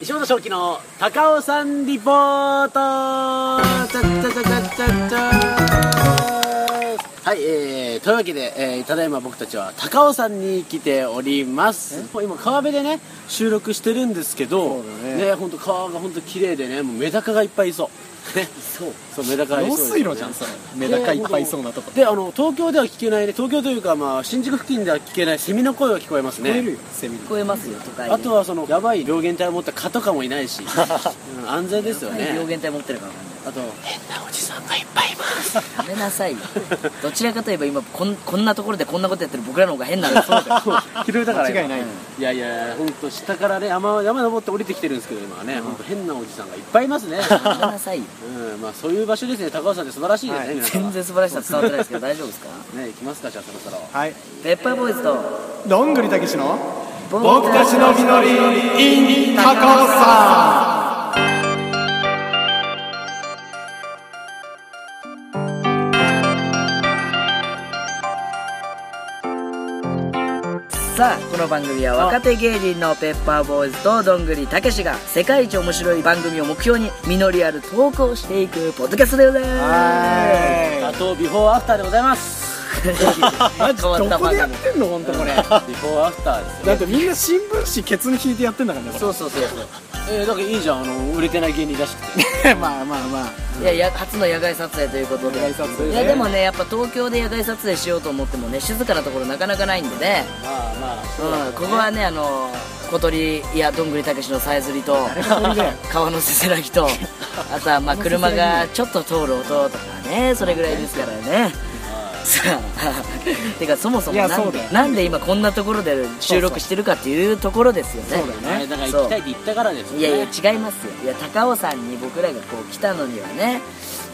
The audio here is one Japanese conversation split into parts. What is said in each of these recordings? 石本正輝の高尾山リポートチャッチャチャチャチャチャはい、えー、というわけで、えーただいま僕たちは高尾山に来ておりますもう今川辺でね収録してるんですけどそうだね本当川が本当綺麗でねもうメダカがいっぱいいそうねそうそうメダカがいそうですね用水路じゃんそれメダカいっぱいいそうなとこであの東京では聞けないね東京というか、まあ、新宿付近では聞けないセミの声が聞こえますねえるよセミ聞こえますよ都会であとはそのやばい病原体を持った蚊とかもいない し、うん安全ですよ都会で病ね原体持ってるからなんだよあと変なおじさんがいっぱいいますやめなさいよ どちらかといえば今こんこんなところでこんなことやってる僕らの方が変なのそうだよ拾えたから今間違いないいやいや本当下からね山山登って降りてきてるんですけど今はね本当変なおじさんがいっぱいいます ねやめなさいようんまあそういう場所ですね高尾山って素晴らしいですね、はい皆さん全然素晴らしさ伝わってないですけど大丈夫ですかね行きますかじゃあそろそろはいペッパーボーイズとどんぐりたけしの僕たちの実り in 高尾山さあこの番組は若手芸人のペッパーボーイズとどんぐりたけしが世界一面白い番組を目標に実りあるトークをしていくポッドキャストでございあはとビフォーアフターでございます ます変わーっいたどこ番でやっ組てんの本当これビフォーアフターですだよっねてみんな新聞紙ケツに引いてやってんだからねこそうそうそうそうえー、だからいいじゃんあの売れてない芸人らしく てれまあまあまあいやいや初の野外撮影ということで野外撮影ねいやでもねやっぱ東京で野外撮影しようと思ってもね静かなところなかなかないんでね、まあまあうそうんだねここはねあの小鳥いやどんぐりたけしのさえずりと小鳥だよ 川のせせらぎ とあとはまあ車がちょっと通る音とかねそれぐらいですからねさあ てかそもそもいやなんそうだよなんで今こんなところで収録してるかっていうところですよねそうだよね、ねだから行きたいって言ったからですよねいやいや違いますよいや高尾山に僕らがこう来たのにはね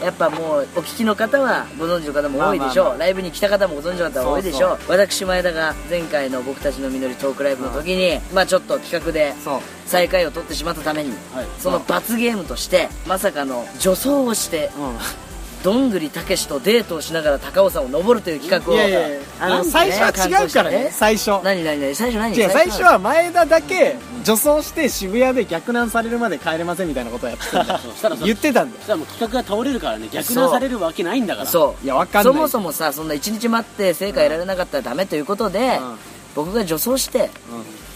やっぱもうお聞きの方はご存知の方も多いでしょう、まあまあまあライブに来た方もご存知の方は多いでしょう私前田が前回の僕たちの実りトークライブの時に、まあちょっと企画でそう最下位を取ってしまったために、はいその罰ゲームとしてまさかの女装をして、どんぐりたけしとデートをしながら高尾山を登るという企画をいやいやいやあの最初は違うからね最初何何何最初何違う最初は前田だけ女装して渋谷で逆難されるまで帰れませんみたいなことをやってたんだよ そうしたらさ言ってたんだよそしたらもう企画が倒れるからね逆なされるわけないんだからそういやわかんないそもそもさそんな1日待って成果得られなかったらダメということで、ん僕が女装して、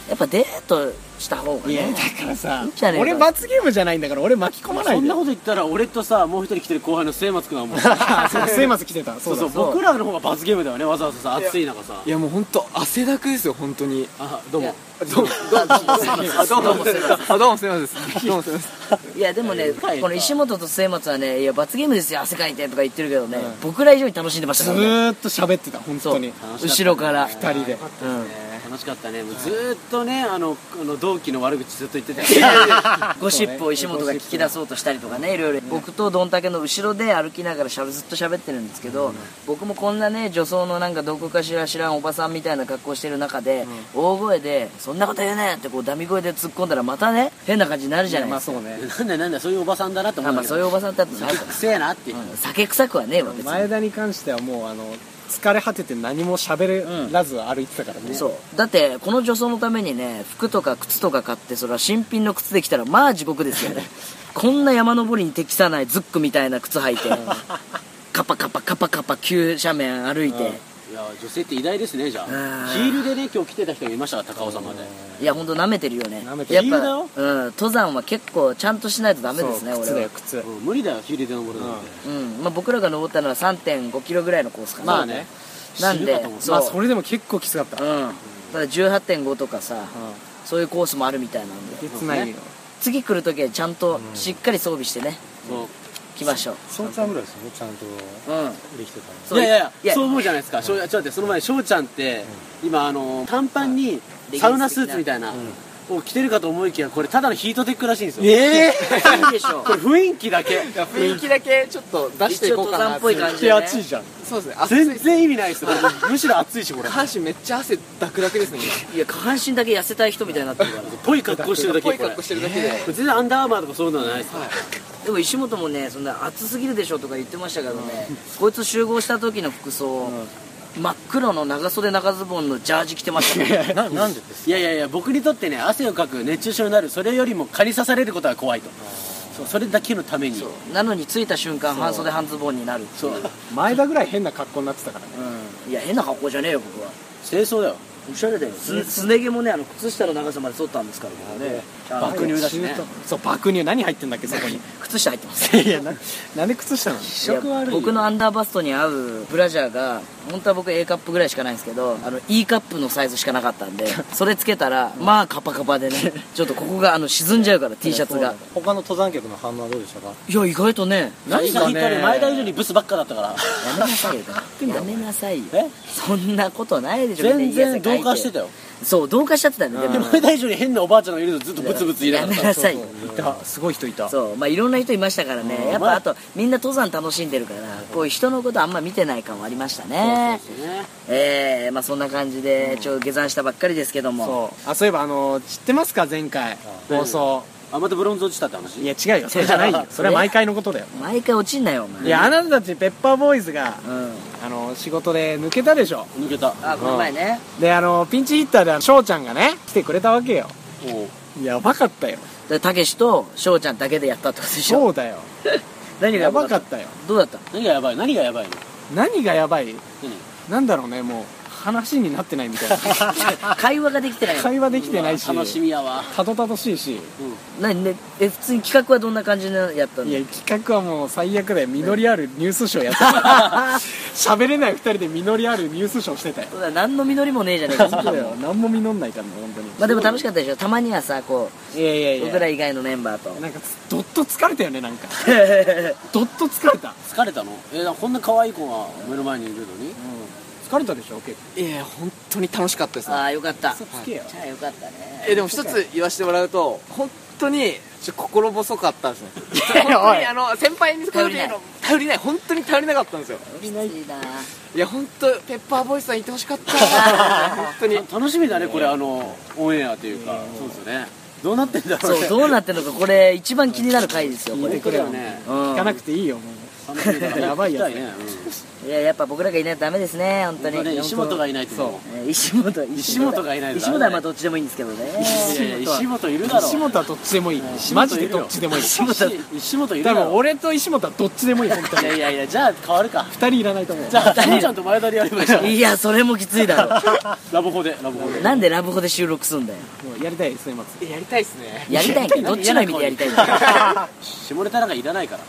やっぱデートした方がいやねだからさいいんじゃねえか俺罰ゲームじゃないんだから俺巻き込まなそいんでなこと言ったら俺とさもう一人来てる後輩の末松君は もうそう末松来てたそそううそそううそう僕らの方が罰ゲームだよねわざわざさ暑い中さいやもう本当汗だくですよ本当にあどうもどうもどうもあどうもあどうもすいませんどうもすいませいやでもね深いこの石本と末松はねいや罰ゲームですよ汗かいてとか言ってるけどね、僕ら以上に楽しんでましたずからねーっと喋ってた本そ当うに楽しかった後ろから二人で楽しかったねもうずーっとねあのあの同期の悪口ずっと言ってたよ ゴシップを石本が聞き出そうとしたりとかねいろいろ僕とドンタケの後ろで歩きながらしゃべずっと喋ってるんですけど、僕もこんなね女装のなんかどこかしら知らんおばさんみたいな格好してる中で、大声で「そんなこと言うね」ってこうダミ声で突っ込んだらまたね変な感じになるじゃないまであすか、そうねなんだなんだそういうおばさんだなと思あうんまだけあそどういうおばさんだってなるかくせえなってら、うん酒臭くはねえわ別に前田に関してはもうあの疲れ果てて何も喋らず歩いてたからねそうだってこの女装のためにね服とか靴とか買ってそれは新品の靴できたらまあ地獄で すよねこんな山登りに適さないズックみたいな靴履いてカパカパカパカパ急斜面歩いて、いや女性って偉大ですねじゃあうんヒールでね今日来てた人がいましたから高尾山までいやほんと舐めてるよね舐めてやるっ理由だぱ、ようん、登山は結構ちゃんとしないとダメですねそう俺靴はだよ靴うん無理だよヒールで登るなんてうんまあ、僕らが登ったのは3 5キロぐらいのコースかなまあねなん死ぬかでと思うそう、まあそれでも結構きつかったうんただ18.5とかさ、そういうコースもあるみたいなんでえつないよ次来る時はちゃんとしっかり装備してね、そう来ましょう翔ちゃんぐらいですよねちゃんとうんできてたのそういやいやいやそうう思うじゃないですかしょうちょっと待ってその前翔ちゃんって今あの短パンにサウナスーツみたいなを着てるかと思いきやこれただのヒートテックらしいんですよええいいでしょこれ雰囲気だけん雰囲気だけちょっと出してい一応こう登かな山っぽい感じ手で、ね、熱いじゃんそうですね汗全然意味ないですよむしろ暑いしこれ下半身めっちゃ汗ダクダ クですね いや下半身だけ痩せたい人みたいになってるからぽい格好してるだ濃けいこれ格好してるだけで全然アンダーアーマーとかそういうのはないですよでも石本もねそんな暑すぎるでしょとか言ってましたけどね、こいつ集合した時の服装、真っ黒の長袖長ズボンのジャージ着てましたねななんでですいやいやいや僕にとってね蚊をかく熱中症になるそれよりも蚊に刺されることが怖いとそうそれだけのためにそうなのに着いた瞬間半袖半ズボンになるっていう前田ぐらい変な格好になってたからねいや変な格好じゃねえよ僕は清掃だよおしゃれだよすすね毛もねあの靴下の長さまで剃ったんですからねあの爆乳だしね中途そう爆乳何入ってんだっけそこに 靴下入ってますいやななんで靴下なのいや僕のアンダーバストに合うブラジャーが本当は僕 A カップぐらいしかないんですけどあの E カップのサイズしかなかっ たんでそれつけたらまあカパカパでねちょっとここがあの沈んじゃうから T シャツが他の登山客の反応はどうでしたかいや意外とね何が引いたね前田以上にブスばっかだったからやめなさいよやめなさいよえそんなことないでしょ全然同化してたよよそう同化しちゃってたんでででも前田以上に変なおばあちゃんがいるとずっとブツブツ言いなやがらめさなさいよいたすごい人いたそうまあいろんな人いましたからねやっまあぱあとみんな登山楽しんでるからこういう人のことあんま見てない感はありましたねそうそうねえー、まあそんな感じでちょ下山したばっかりですけどもそうあそういえばあの知ってますか前回放送あまたブロンズ落ちたって話いや違 うよそれじゃないよそれは毎回のことだよ毎回落ちんなよお前いやあなたたちペッパーボーイズがうんあの仕事で抜けたでしょ抜けたあこの前ねであのピンチヒッターであの翔ちゃんがね来てくれたわけよおうやばかったよでたけしと翔ちゃんだけでやったってことでしょそうだよ何がややばばかかっったよたどうだった何がやばい何がやばいの何がやばい何なんだろうねもう話になってないみたいな会話ができてない会話 できてないし楽しみや わたどたどしいし何ねえ普通に企画はどんな感じでやったのいや企画はもう最悪で実りあるニュースショーやっ てた喋れない二人で実りあるニュースショーしてたよそうだ何の実りもねえじゃねえか本当だよ何も実んないからね本当にまあでも楽しかったでしょたまにはさこういやいやいや僕ら以外のメンバーとなんかどっと疲れたよねなんかどっと疲れた疲れたのえこんな可愛い子が目の前にいるのに疲れたでしょ結構いや本当に楽しかったですああよかった嘘つけよじゃあよかったねえでも一つ言わせてもらうと本当にちょっと心細かった ですねやい本やお当いにあの先輩にこういうこと言う の頼りない本当に頼りなかったんですよきついないや本当ペッパーボーイスさんいてほしかった な本当にた楽しみだねこれあのオンエアというかそうですよねどうなってんだろうそうねどうなってんのかこれ一番気になる回ですよこ聞いれてくれよねねうん聞かなくていいよもう楽しみだねやばいやつ行きたねいややっぱ僕らがいないとダメですね本う当ん本当にね石本がいないと思うえー 石本石本がいないと石本はまあどっちでもいいんですけどねい やいや石本いるだろ石本はどっちでもいい石マ本ジいるでよどっちでもいい石本石本いるだ多分ろ俺と石本はどっちでもいい本当いにやいやいやじゃあ変わるか二人いらないと思うじゃあ父ちゃんと前田でやりましょういやそれもきついだろ ラブホでラブホでなんでラブホで収録すんだよもうやりたい末松 やりたいですねやりたいんかいどっちの意味でやりたいんだよ下ネタなんかいらないから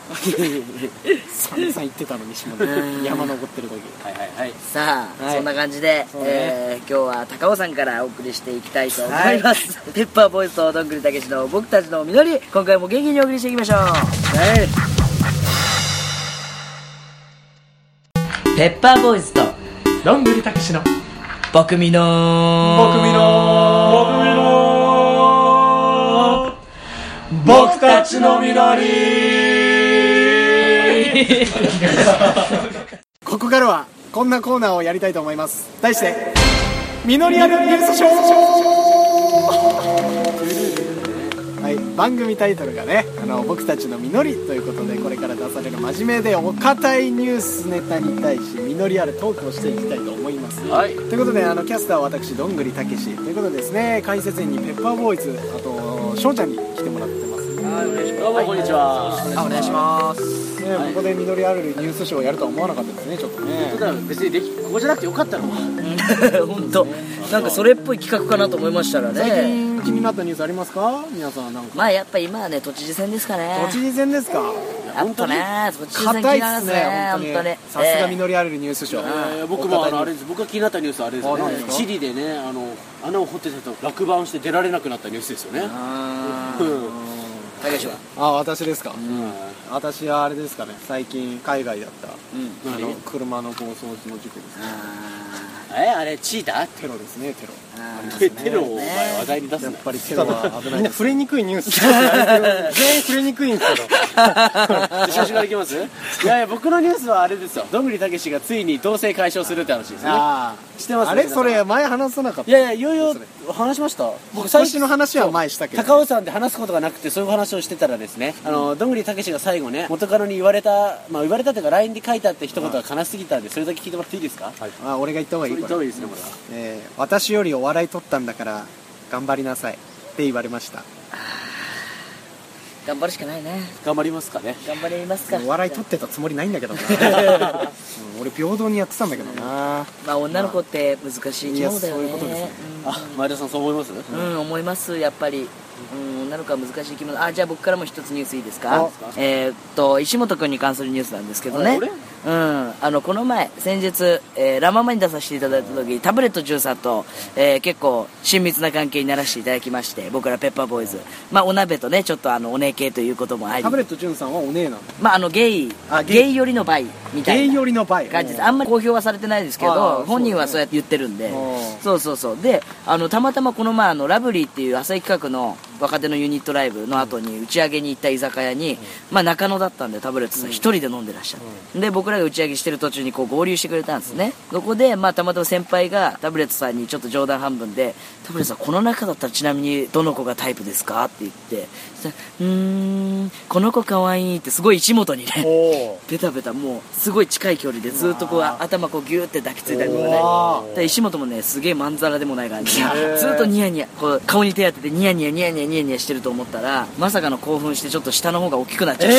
散々言ってたのに石本うん山登ってる時はいはいはいさあ、はいそんな感じで、うねえー今日は高尾山からお送りしていきたいと思います、ペッパーボーイズとどんぐりたけしの僕たちの実り今回も元気にお送りしていきましょう、ペッパーボーイズとどんぐりたけしの僕みの僕みの僕たちの実りここからはこんなコーナーをやりたいと思います題して実りあるニュースショーはい、番組タイトルがね「あの僕たちの実り」ということでこれから出される真面目でお堅いニュースネタに対し実りあるトークをしていきたいと思いますはいということであのキャスターは私どんぐりたけしということでですね解説員にペッパーボーイズあと翔ちゃんに来てもらってますね、どうもこんにちはあお願いしますここで実りあるニュースショーをやるとは思わなかったですねちょっとねただ別にできここじゃなくてよかったの 本当なんかそれっぽい企画かなと思いましたら最ね近気になったニュースありますか皆さんなんかまあやっぱ今はね都知事選ですかね都知事選ですかやっぱね都知事選気硬いにっなするねね本当本当ににさすがえ実りあるニュースショいやー僕もあのあれれです僕が気になったニュースはあれですよあ何ですねかチリでねあの穴を掘ってた人落盤して出られなくなったニュースですよねうんーたけしはあ私ですかうん私はあれですかね最近海外だったうんあの何車の暴走の事故ですねえあれチーターテロですねテロテロをお前話題に出すやっなぱりテロは危ないみんな触れにくいニュース全員触れにくいんですけど写真からいき ますいやいや僕のニュースはあれですよどんぐりたけしがついに同棲解消するって話ですね あしてまあすあれそれ前話さなかっいたやいやいよいよ話しました僕最私近の話は前したけど高尾山で話すことがなくてそういう話をしてたらですね、あのどんぐりたけしが最後ね元カノに言われたまあ言われたというか LINE で書いたって一言が悲しすぎたんでそれだけ聞いてもらっていいですかはいあ俺が言った方がいいこれどういいですねこれはえー私よりお笑い取ったんだから頑張りなさいって言われました頑張るしかないね頑張りますかね頑張りますかお笑い取ってたつもりないんだ けどな、うん俺平等にやってたんだけどなまあ女の子って難しい生き物だよいやそうねいうことですねうんあ前田さんそう思いますうん、思いますやっぱり、うん、女の子は難しい生き物あじゃあ僕からも一つニュースいいですかあえーっと石本君に関するニュースなんですけどあね俺うん、あのこの前先日、えーラ・ママに出させていただいた時タブレット13と、えー結構親密な関係にならせていただきまして僕らペッパーボーイズ、まあ、お鍋とねちょっとあのお姉系ということもありタブレット潤さんはお姉なのまあ、あのゲイあゲイゲイ寄りのバイみたいなゲイ寄りのバイ感じですあんまり公表はされてないですけああど本人はそうやって言ってるんでああそうそうそうであのたまたまこの前あのラブリーっていう浅井企画の若手のユニットライブの後に打ち上げに行った居酒屋に、まあ、中野だったんでタブレットさん一人で飲んでらっしゃる、で僕らが打ち上げしてる途中にこう合流してくれたんですね、そこで、まあ、たまたま先輩がタブレットさんにちょっと冗談半分で「タブレットさんこの中だったらちなみにどの子がタイプですか?」って言ってそしたらうーんこの子かわいい」ってすごい石本にねおベタベタもうすごい近い距離でずっとこう頭こうギューって抱きついたりとうわかねで石本もねすげえまんざらでもない感じへえでずっとニヤニヤこう顔に手当ててニヤニヤニヤニヤニヤニヤしてると思ったらまさかの興奮してちょっと下の方が大きくなっちゃって、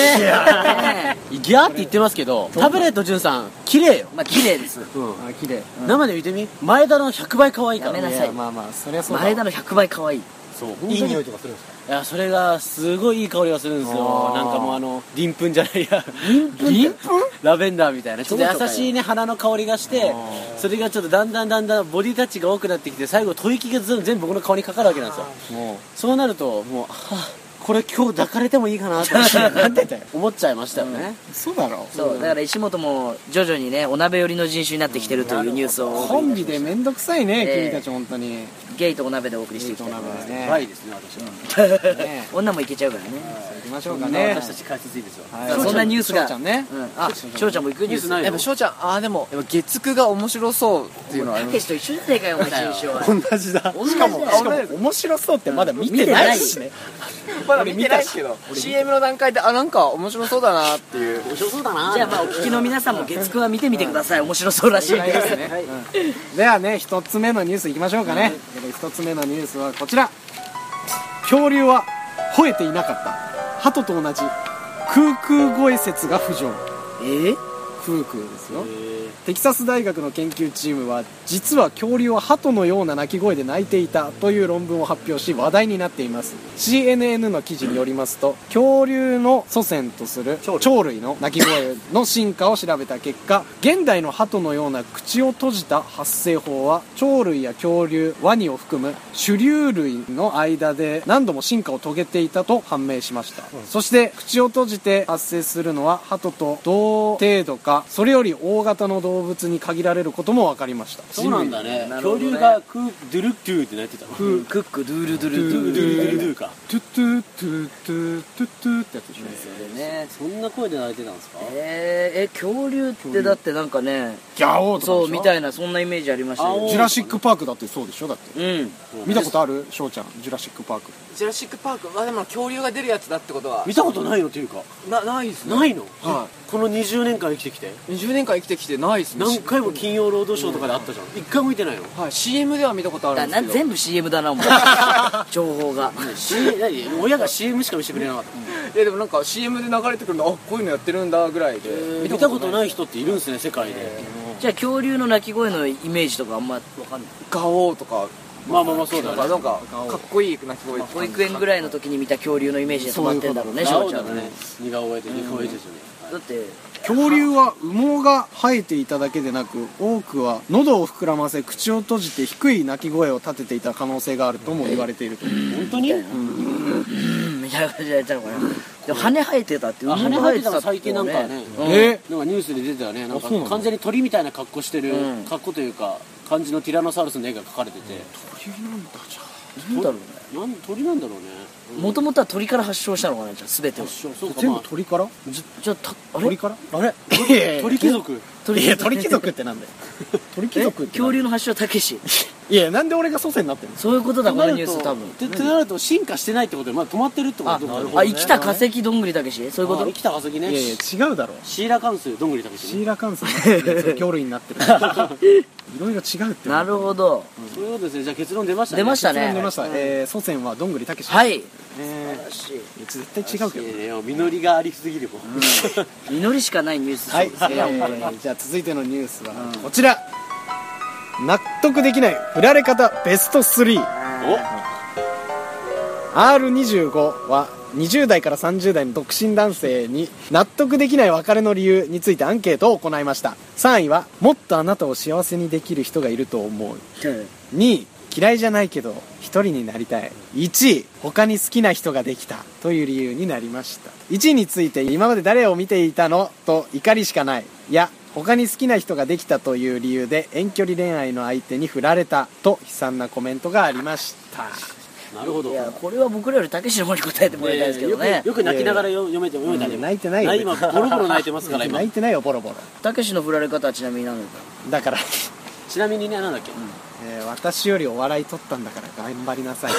ねギャーって言ってますけどタブレット潤さん綺麗よえまあ綺麗ですあ綺麗生で見てみ前田の100倍可愛いからやめなさいいやまあまあそりゃそうだ前田の100倍可愛いそういい匂いとかするんですかいやそれがすごいいい香りがするんですあーよなんかもうあのリンプンじゃないやリンプンラベンダーみたいなちょっと優しいね花の香りがしてそれがちょっとだんだんだんだんボディタッチが多くなってきて最後吐息がずん全部僕の顔にかかるわけなんですよもそうなるともうはあこれ今日抱かれてもいいかなってなんでだよ 思っちゃいましたよね、そうだろそうだから石本も徐々にねお鍋寄りの人種になってきてるというニュースをコンビでめんどくさいね、ええ君たち本当にゲイとお鍋でお送りしていきたいと思います鍋ね怖いですね私は、ね女もいけちゃうからね行きましょうかそんなね私たち解説いいですよ、はいだからそんなニュースが翔ちゃんねうん、あ翔ちゃんも行くニニュースュースないやっぱ翔ちゃんああでもやっぱ月9が面白そうっていうのはありたまけすしと一緒じゃねえかよお前人種は同じだしかも同じだよしかも面白そうってまだ見てないしねまだ見てないですけど CM の段階であなんか面白そうだなっていう面白そうだなじゃあまあお聞きの皆さんも月9は見てみてください面白そうらしいんではいうんではね一つ目のニュースいきましょうかね一つ目のニュースはこちら恐竜は吠えていなかった鳩と同じ空空声説が浮上え空空ですよえーテキサス大学の研究チームは実は恐竜は鳩のような鳴き声で鳴いていたという論文を発表し話題になっています CNN の記事によりますと恐竜の祖先とする鳥類の鳴き声の進化を調べた結果現代の鳩のような口を閉じた発声法は鳥類や恐竜ワニを含む種竜類の間で何度も進化を遂げていたと判明しました、そして口を閉じて発生するのは鳩と同程度かそれより大型の動物に限られることも分かりましたそうなんだねなるほ恐どね竜がクードゥルドゥってなってたクークックドゥルドドゥゥルドルゥドルゥルドゥルドゥかトゥトゥトゥトゥトゥトゥってやつでしょ、ねそんな声で鳴いてたんですかえー、え恐竜ってだってなんかねギャオーとかでしょそうみたいなそんなイメージありました青ジよュラシック・パークだってそうでしょだってうん見たことある翔ちゃんジュラシック・パークジュラシック・パークはでも恐竜が出るやつだってことは見たことないのというかなないですねないの、はこの20年間生きてきて20年間生きてきてないですね何回も金曜ロードショーとかであったじゃん、一回も見てないのはい CM では見たことあるだんでなすけど全部 CM だな お前情報が C 何親が CM しか見せてくれなかっいやでもなんか CM で流れてくるのあこういうのやってるんだぐらいでた、見たことない人っているんですね世界で、じゃあ恐竜の鳴き声のイメージとかあんまわかんないガオーとかまあまあまあそうなんだかねなんかかっこいい鳴き声とか保育園ぐらいの時に見た恐竜のイメージで止まってんだろうね翔青ちゃだんはねね似顔絵で似顔絵でしょだって恐竜は羽毛が生えていただけでなく多くは喉を膨らませ口を閉じて低い鳴き声を立てていた可能性があるとも言われているという本当に、うんみたいな感じでやっちゃうのかなでも羽生えてたってあ羽生えてたの最近なんか羽生えねて、うんえなんかニュースで出てたねなんかあそうなの完全に鳥みたいな格好してる、うん格好というか感じのティラノサウルスの絵が描かれてて、鳥なんだじなんだろうねなん鳥なんだろうねもともとは鳥から発祥したのかなじゃあ全ては発祥そうか全ま部あ鳥からじじゃあたあ鳥れからあれ鳥貴族いや鳥貴族ってなんだよ鳥貴え族ってなん恐だよ竜の発祥たけしいやなんで俺が祖先になってんのそういうことだこのニュース多分ってなると進化してないってことでまだ止まってるってことあだと思うあ生きた化石どんぐりたけしそういうこあと生きた化石ねいやいや違うだろシーラカンスどんぐり食べてシるーラカンス の魚類になってるいろいろ違うってなるほどそういうことですねじゃあ結論出ましたね出ました結論出ました、えー祖先はどんぐりたけしいはいや絶対違うけどいやいや実りがありすぎるもん祈りしかないニュースはい、えそうですね本当にー じゃあ続いてのニュースはこちら、納得できない振られ方ベスト 3R25 は20代から30代の独身男性に納得できない別れの理由についてアンケートを行いました3位はもっとあなたを幸せにできる人がいると思う2位嫌いじゃないけど一人になりたい1位他に好きな人ができたという理由になりました1位について今まで誰を見ていたのと怒りしかないいや他に好きな人ができたという理由で遠距離恋愛の相手に振られたと悲惨なコメントがありましたなるほどいやこれは僕らよりたけしの方に答えてもらいたいですけどよねくよく泣きながらよ読めて読めたねうん泣いてないよ別に今ボロボロ泣いてますから今泣いてないよボロボロたけしの振られ方はちなみに何だっだから、ちなみにねなんだっけえー私よりお笑い取ったんだから頑張りなさい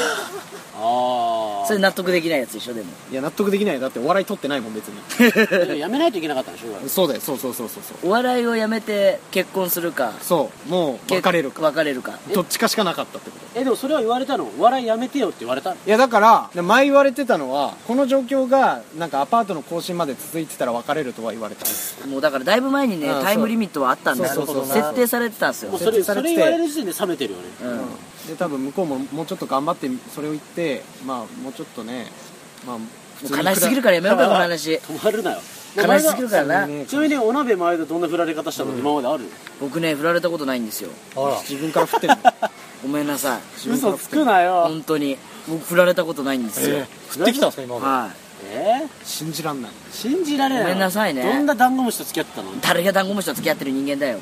あたそれ納得できないやつでしょでもいや納得できないよだってお笑い取ってないもん別に あやめないといけなかったんでしょそうだよそうそうそうそうそうお笑いをやめて結婚するかそうもうけ別れるか別れるかどっちかしかなかったってことえでもそれは言われたのお笑いやめてよって言われたのいやだから前言われてたのはこの状況がなんかアパートの更新まで続いてたら別れるとは言われたもうだからだいぶ前にねああタイムリミットはあったんですそうよそうそうそう設定されてたんですよもうそれ設定さそれれてて言われる時点で冷めてるよねうんで多分向こうももうちょっと頑張ってそれを言ってまあもうちょっとねまあ普もう悲しすぎるからやめようかこの話止まるなよ悲しすぎるからそうなねらちなみにお鍋前でどんな振られ方したの今まである僕ね振られたことないんですよ自分から振ってるのごめんなさい嘘つくなよ本当に僕振られたことないんですよ振ってきたんすか今はいえ信じらんない信じられないごめんなさいねどんなダンゴムシと付き合ってたの誰がダンゴムシと付き合ってる人間だよお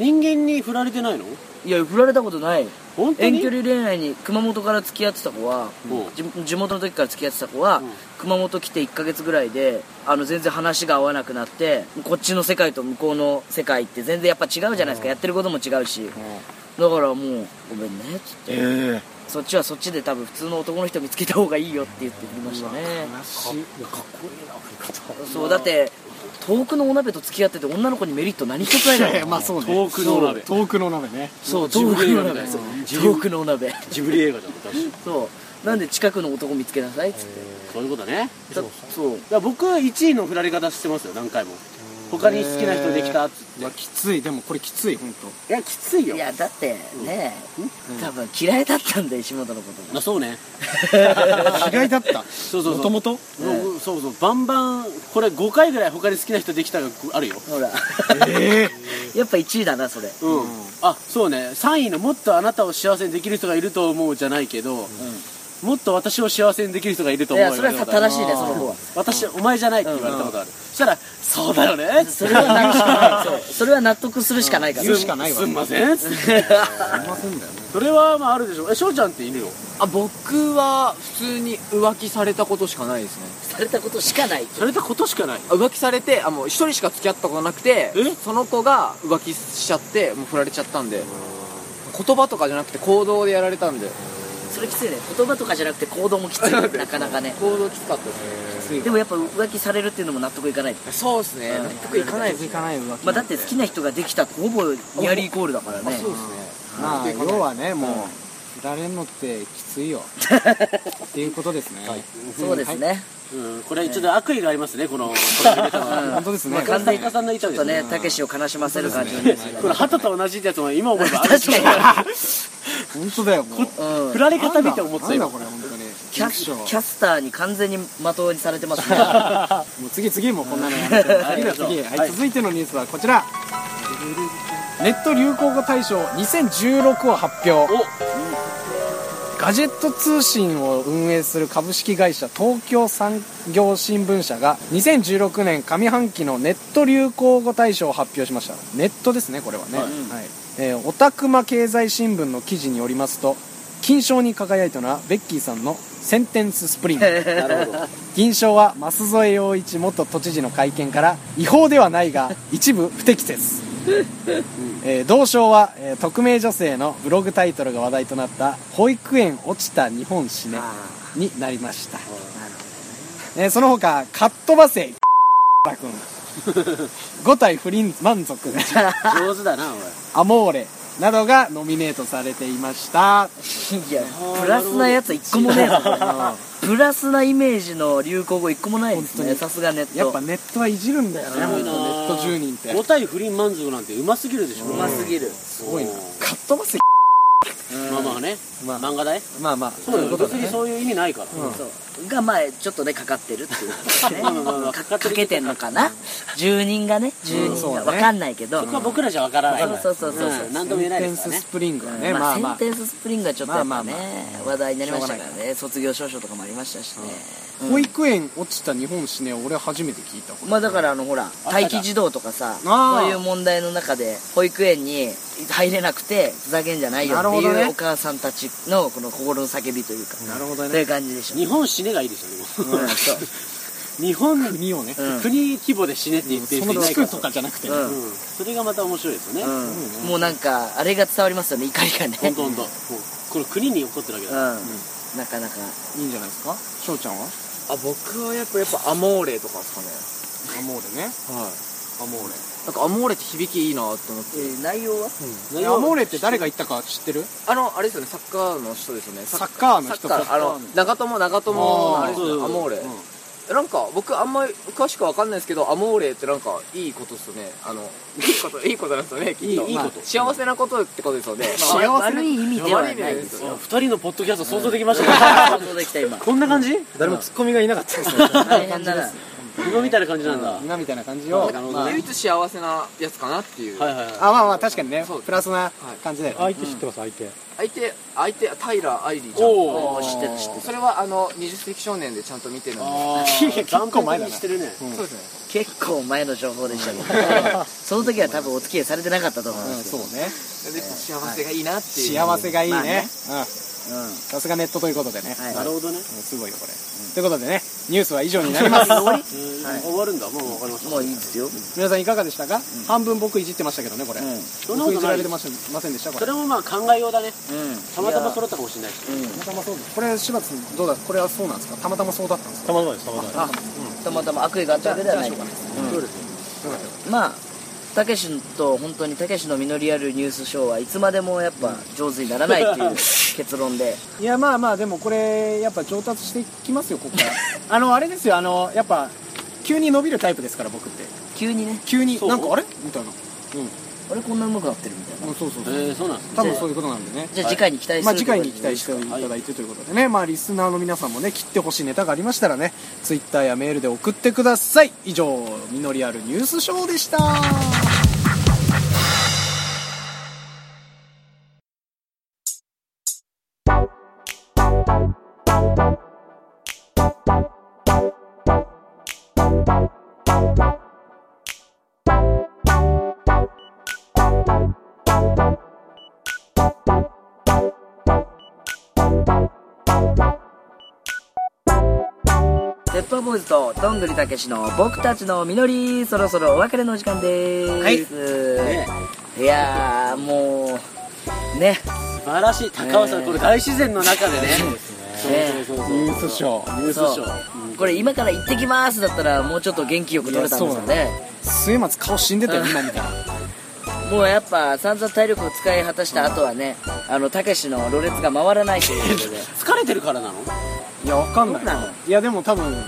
前人間に振られてないのいや振られたことない本当に遠距離恋愛に熊本から付き合ってた子は、うん地地元の時から付き合ってた子は、ん熊本来て1ヶ月ぐらいであの全然話が合わなくなってこっちの世界と向こうの世界って全然やっぱ違うじゃないですか、やってることも違うし、だからもうごめんねっつって、そっちはそっちで多分普通の男の人見つけた方がいいよって言ってくれましたねそうだって遠くのお鍋と付き合ってて女の子にメリット何一つないだろまあそうね遠くのお鍋そう遠くの鍋ねそうジブ遠くリ映の画み鍋たいな遠くのお鍋ジブリ映画じゃん私そうなんで近くの男見つけなさいっつってそういうことねだそういや僕は1位の振られ方してますよ何回も他に好きな人できたっつっていやきついでもこれきつい本当。いやきついよいやだってね多分嫌いだったんだよ石本のことあそうね嫌いだったそうそうそうもともとそうそうそうバンバンこれ5回ぐらい他に好きな人できたがあるよほらええ やっぱ1位だなそれうん、あそうね3位の「もっとあなたを幸せにできる人がいると思う」じゃないけど、もっと私を幸せにできる人がいるとい思うよやそれは正しいねその子は私、お前じゃないって言われたことある、そしたら「そうだよね」それは納得しかないそうそれは納得するしかないから言うしかないわすんませんいませんだよねそれはまああるでしょえ翔ちゃんっているよあ僕は普通に浮気されたことしかないですねされたことしかないされたことしかないあ浮気されてあもう一人しか付き合ったことなくてえその子が浮気しちゃってもう振られちゃったんで言葉とかじゃなくて行動でやられたんでそれきついね言葉とかじゃなくて行動もきついなかなかね行動きつかったですねでもやっぱ浮気されるっていうのも納得いかないそうですね納得いかないですいかない浮気まあだって好きな人ができたってほぼニアリーイコールだからねそうですねまあ納得いかない要はねもう振られるのってきつい よっていうことですねそうですねうんこれちょっと悪意がありますねこのこの ネタは本当ですねまあ完全に重なりちちゃょうっでとすねねたけしを悲しませる感じのニュースこれ旗と同じってやつも今思えばある 確か本当だよもうに、うん振、られ方見て思ったなん今だこれ本当にキャスシキャスターに完全に的にされてますねもう次次もうこんなのやめてあり次がだとう次、はいはい続いてのニュースはこちらネット流行語大賞2016を発表ガジェット通信を運営する株式会社東京産業新聞社が2016年上半期のネット流行語大賞を発表しましたネットですねこれはね、はいえーオタクマ経済新聞の記事によりますと金賞に輝いたのはベッキーさんの「センテンススプリング」なるほど銀賞は舛添洋一元都知事の会見から違法ではな いが一部不適切、えー同賞は、えー匿名女性のブログタイトルが話題となった「保育園落ちた日本死ね」になりました、えーその他カット バセ君5体不倫満 足上手だなおいアモーレなどがノミネートされていましたいやプラスなやつ一 個もねえぞこれプラスなイメージの流行語一個もないです本当ねにさすがネットやっぱネットはいじるんだよねすご本いな当ネット住人って5体不倫満足なんてうますぎるでしょうますぎるすすごいなカットバセまあまあねまあ漫画だいまあまあそうだいよこと別だねにそういう意味ないからそうがまあちょっとねかかってるっていうことねまあまあまあかかかってるかけてんのかな住人がね住うん人そうだがねわかんないけどそこは僕らじゃわからないからそうそうそうそうん何とも言えないですセかンらテンねススプリングはね、ままああまあセンテンススプリングはちょっとやっまぱあまねあま話題になりましたからね卒業証書とかもありましたしね保育園落ちた日本史ね俺初めて聞いたこまあだからあのほら待機児童とかさあーそういう問題の中で保育園に入れなくてふざけんじゃないよっなてるほどいねうお母さんたちのこの心の叫びというかなるほどねという感じでしょ日本死ねがいいですよでもうんそう 日本国をね、うん国規模で死ねって言ってるそ人のいない地か区らとかじゃなくて、うんうんそれがまた面白いですよねうんもうなんかあれが伝わりますよね怒りがねほんとほんともうこの国に怒ってるわけだうからんなかなかいいんじゃないですか翔ちゃんはあ僕はやっぱやっぱアモーレとかですかねアモーレねアモーなんかアモーレって響きいいなって思って内容はレアモーレって誰が言ったか知ってるあのあれですよねサッカーの人ですよねサッカーの人サッカーあうのん長友長友のあれですあーそうそうそようねアモーレ、うんなんか僕あんまり詳しくわかんないですけどアモーレってなんかいいことですよねあのいいこといいことなんですよねきっといいいいこと幸せなことってことですよね、幸せな悪い意味ではない悪い意味ででですすよよあ二人のポッドキャスト想像できました想像できた今こんな感じ誰もツッコミがいなかったです大 変だな今みたいな感じなんだ今みたいな感じを、なるほどまあね唯一幸せなやつかなっていう、はいはいはいあまあまあ確かにねそうですプラスな感じだよね、相手知ってます相手相手相手タイラー・アイリーちゃんおおおー知ってる知ってるそれはあの二十世紀少年でちゃんと見てるんであいやー結構前だな断片的にしてるねそうですね結構前の情報でしたけ どその時は多分お付き合いされてなかったと思うんうんですそようねでやっぱ幸せがいいなっていう、幸せがいいね,、まあねうんさすがネットということでね、はいなるほどねうんすごいよこれ、ということでねニュースは以上になり ますうん終わるんだもうわかりましたもういいですよ皆さんいかがでしたか、半分僕いじってましたけどねこれ、そんなこ僕いとじならいれてませんませんでしたこそれれもまあ考えようだねたたまたま揃ったかもしれないしたまたまそうですこれ柴田さんどうだこれはそうなんですかたまたまそうだったんですかたまたまですたまたまたまたま悪意があったわけではないじゃあじゃあしうんまあたけしと本当にたけしの実りあるニュースショーはいつまでもやっぱ上手にならないっていう結論でいやまあまあでもこれやっぱ上達していきますよここから あのあれですよあのやっぱ急に伸びるタイプですから僕って急にね 急にそうなんかあれみたいな俺こんな上手くなってるみたいなうんそうそうそう、えーそうなんですね多分そういうことなんでねじゃあ次回に期待するまあ、次という回ことにで期待していただいてということでね、まあ、リスナーの皆さんもね切ってほしいネタがありましたらねツイッターやメールで送ってください以上「実りあるニュースショー」でしたペッパーボーイズとどんぐりたけしの僕たちの実りそろそろお別れの時間でーす、ねい、やーもうね素晴らしい高尾さん、ねこれ大自然の中でねねそうそうそうニュースショーニュースショーそうこれ今から行ってきますだったらもうちょっと元気よく取れたんですよいね末松顔死んでたよ今みたいなもうやっぱ散々体力を使い果たした後はねあのたけしのろれつが回らないということで 疲れてるからなのいやわかんないどうなのいやでも多分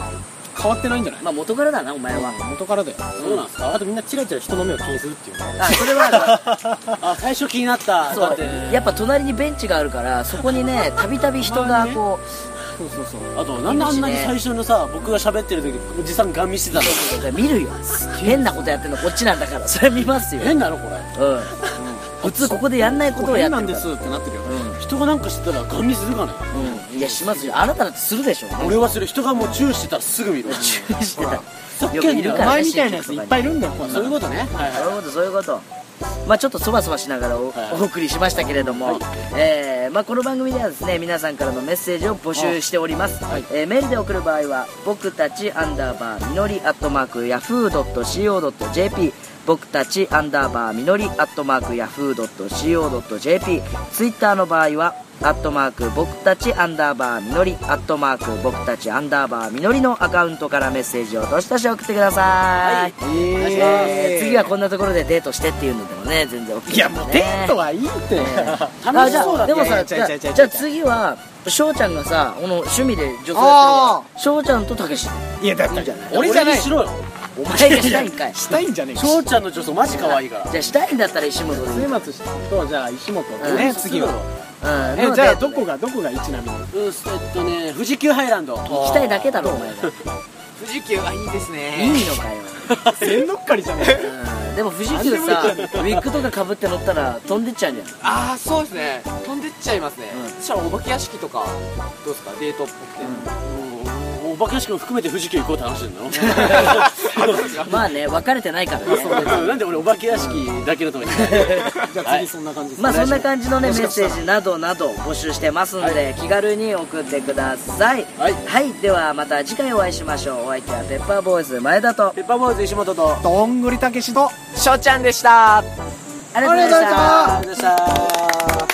変わってないんじゃないまあ元からだなお前は元からだよそうなんですかあとみんなチラチラ人の目を気にするっていうねあそれはあ最初気になったそだっうてやっぱ隣にベンチがあるからそこにねたびたび人がこそうそうそうあとなんであんなに最初のさ僕が喋ってる時おじさんガン見してたのう見るよ変なことやってんのこっちなんだからそれは見ますよ変なのこれうん普通ここでやんないことをや変っなんてるでからすってなってるよ、人がなんかしてたらガン見するかねうんいやしますよあなただってするでしょ俺はする人がもうチューしてたらすぐ見る注意してたふざよくけんないるよから前みたいなやついっぱいいるんだよこんなそういうことねはいそういうことそういうことまあ、ちょっとそばそばしながらはお,、いお送りしましたけれども、えーまあ、この番組ではですね皆さんからのメッセージを募集しております、えーメールで送る場合は僕たちアンダーバーみのりアットマークヤフー .co.jp 僕たちアンダーバーみのりアットマークヤフー .co.jp ツイッターの場合はアットマーク僕たちアンダーバーみのりアットマーク僕たちアンダーバーみのりのアカウントからメッセージをどしどし送ってください、お願いしますえー次はこんなところでデートしてっていうのでもね全然 OK いやもうデートはいいってあ楽じしゃそうだあったでもさじちゃゃうちゃあうちゃうちゃうじゃあ次は翔ちゃんがさこの趣味で女性やってるあから翔ちゃんとたけしいやだって俺じゃ俺なにいしろよお前がしたいんかいじしたいんじゃねえか翔ちゃんの女装マジ可愛いからゃあしたいんだったら石本でいい末松とじゃあ石本うんとね次はうんでえもじゃあデーどトでこがどこが一なみにうんえっとね富士急ハイランド行きたいだけだろお前が富士急はいいですねいいの かよ全のっかりじゃないうんでも富士急さウィッグとかかぶって乗ったら飛んでっちゃうんじゃんああそうですね飛んでっちゃいますね、そしたらお化け屋敷とかどうですかデートっぽくて、うんお化け屋敷も含めて富士急行こうって話してんのまあね別れてないからねうんなんで俺お化け屋敷だけのとこに行きたいじゃあ次そんな感じですまあそんな感じのねメッセージなどなど募集してますので気軽に送ってくださいはいではまた次回お会いしましょうお相手はペッパーボーイズ前田とペッパーボーイズ石本とどんぐりたけしと翔ちゃんでしたありがとうございましたありがとうございました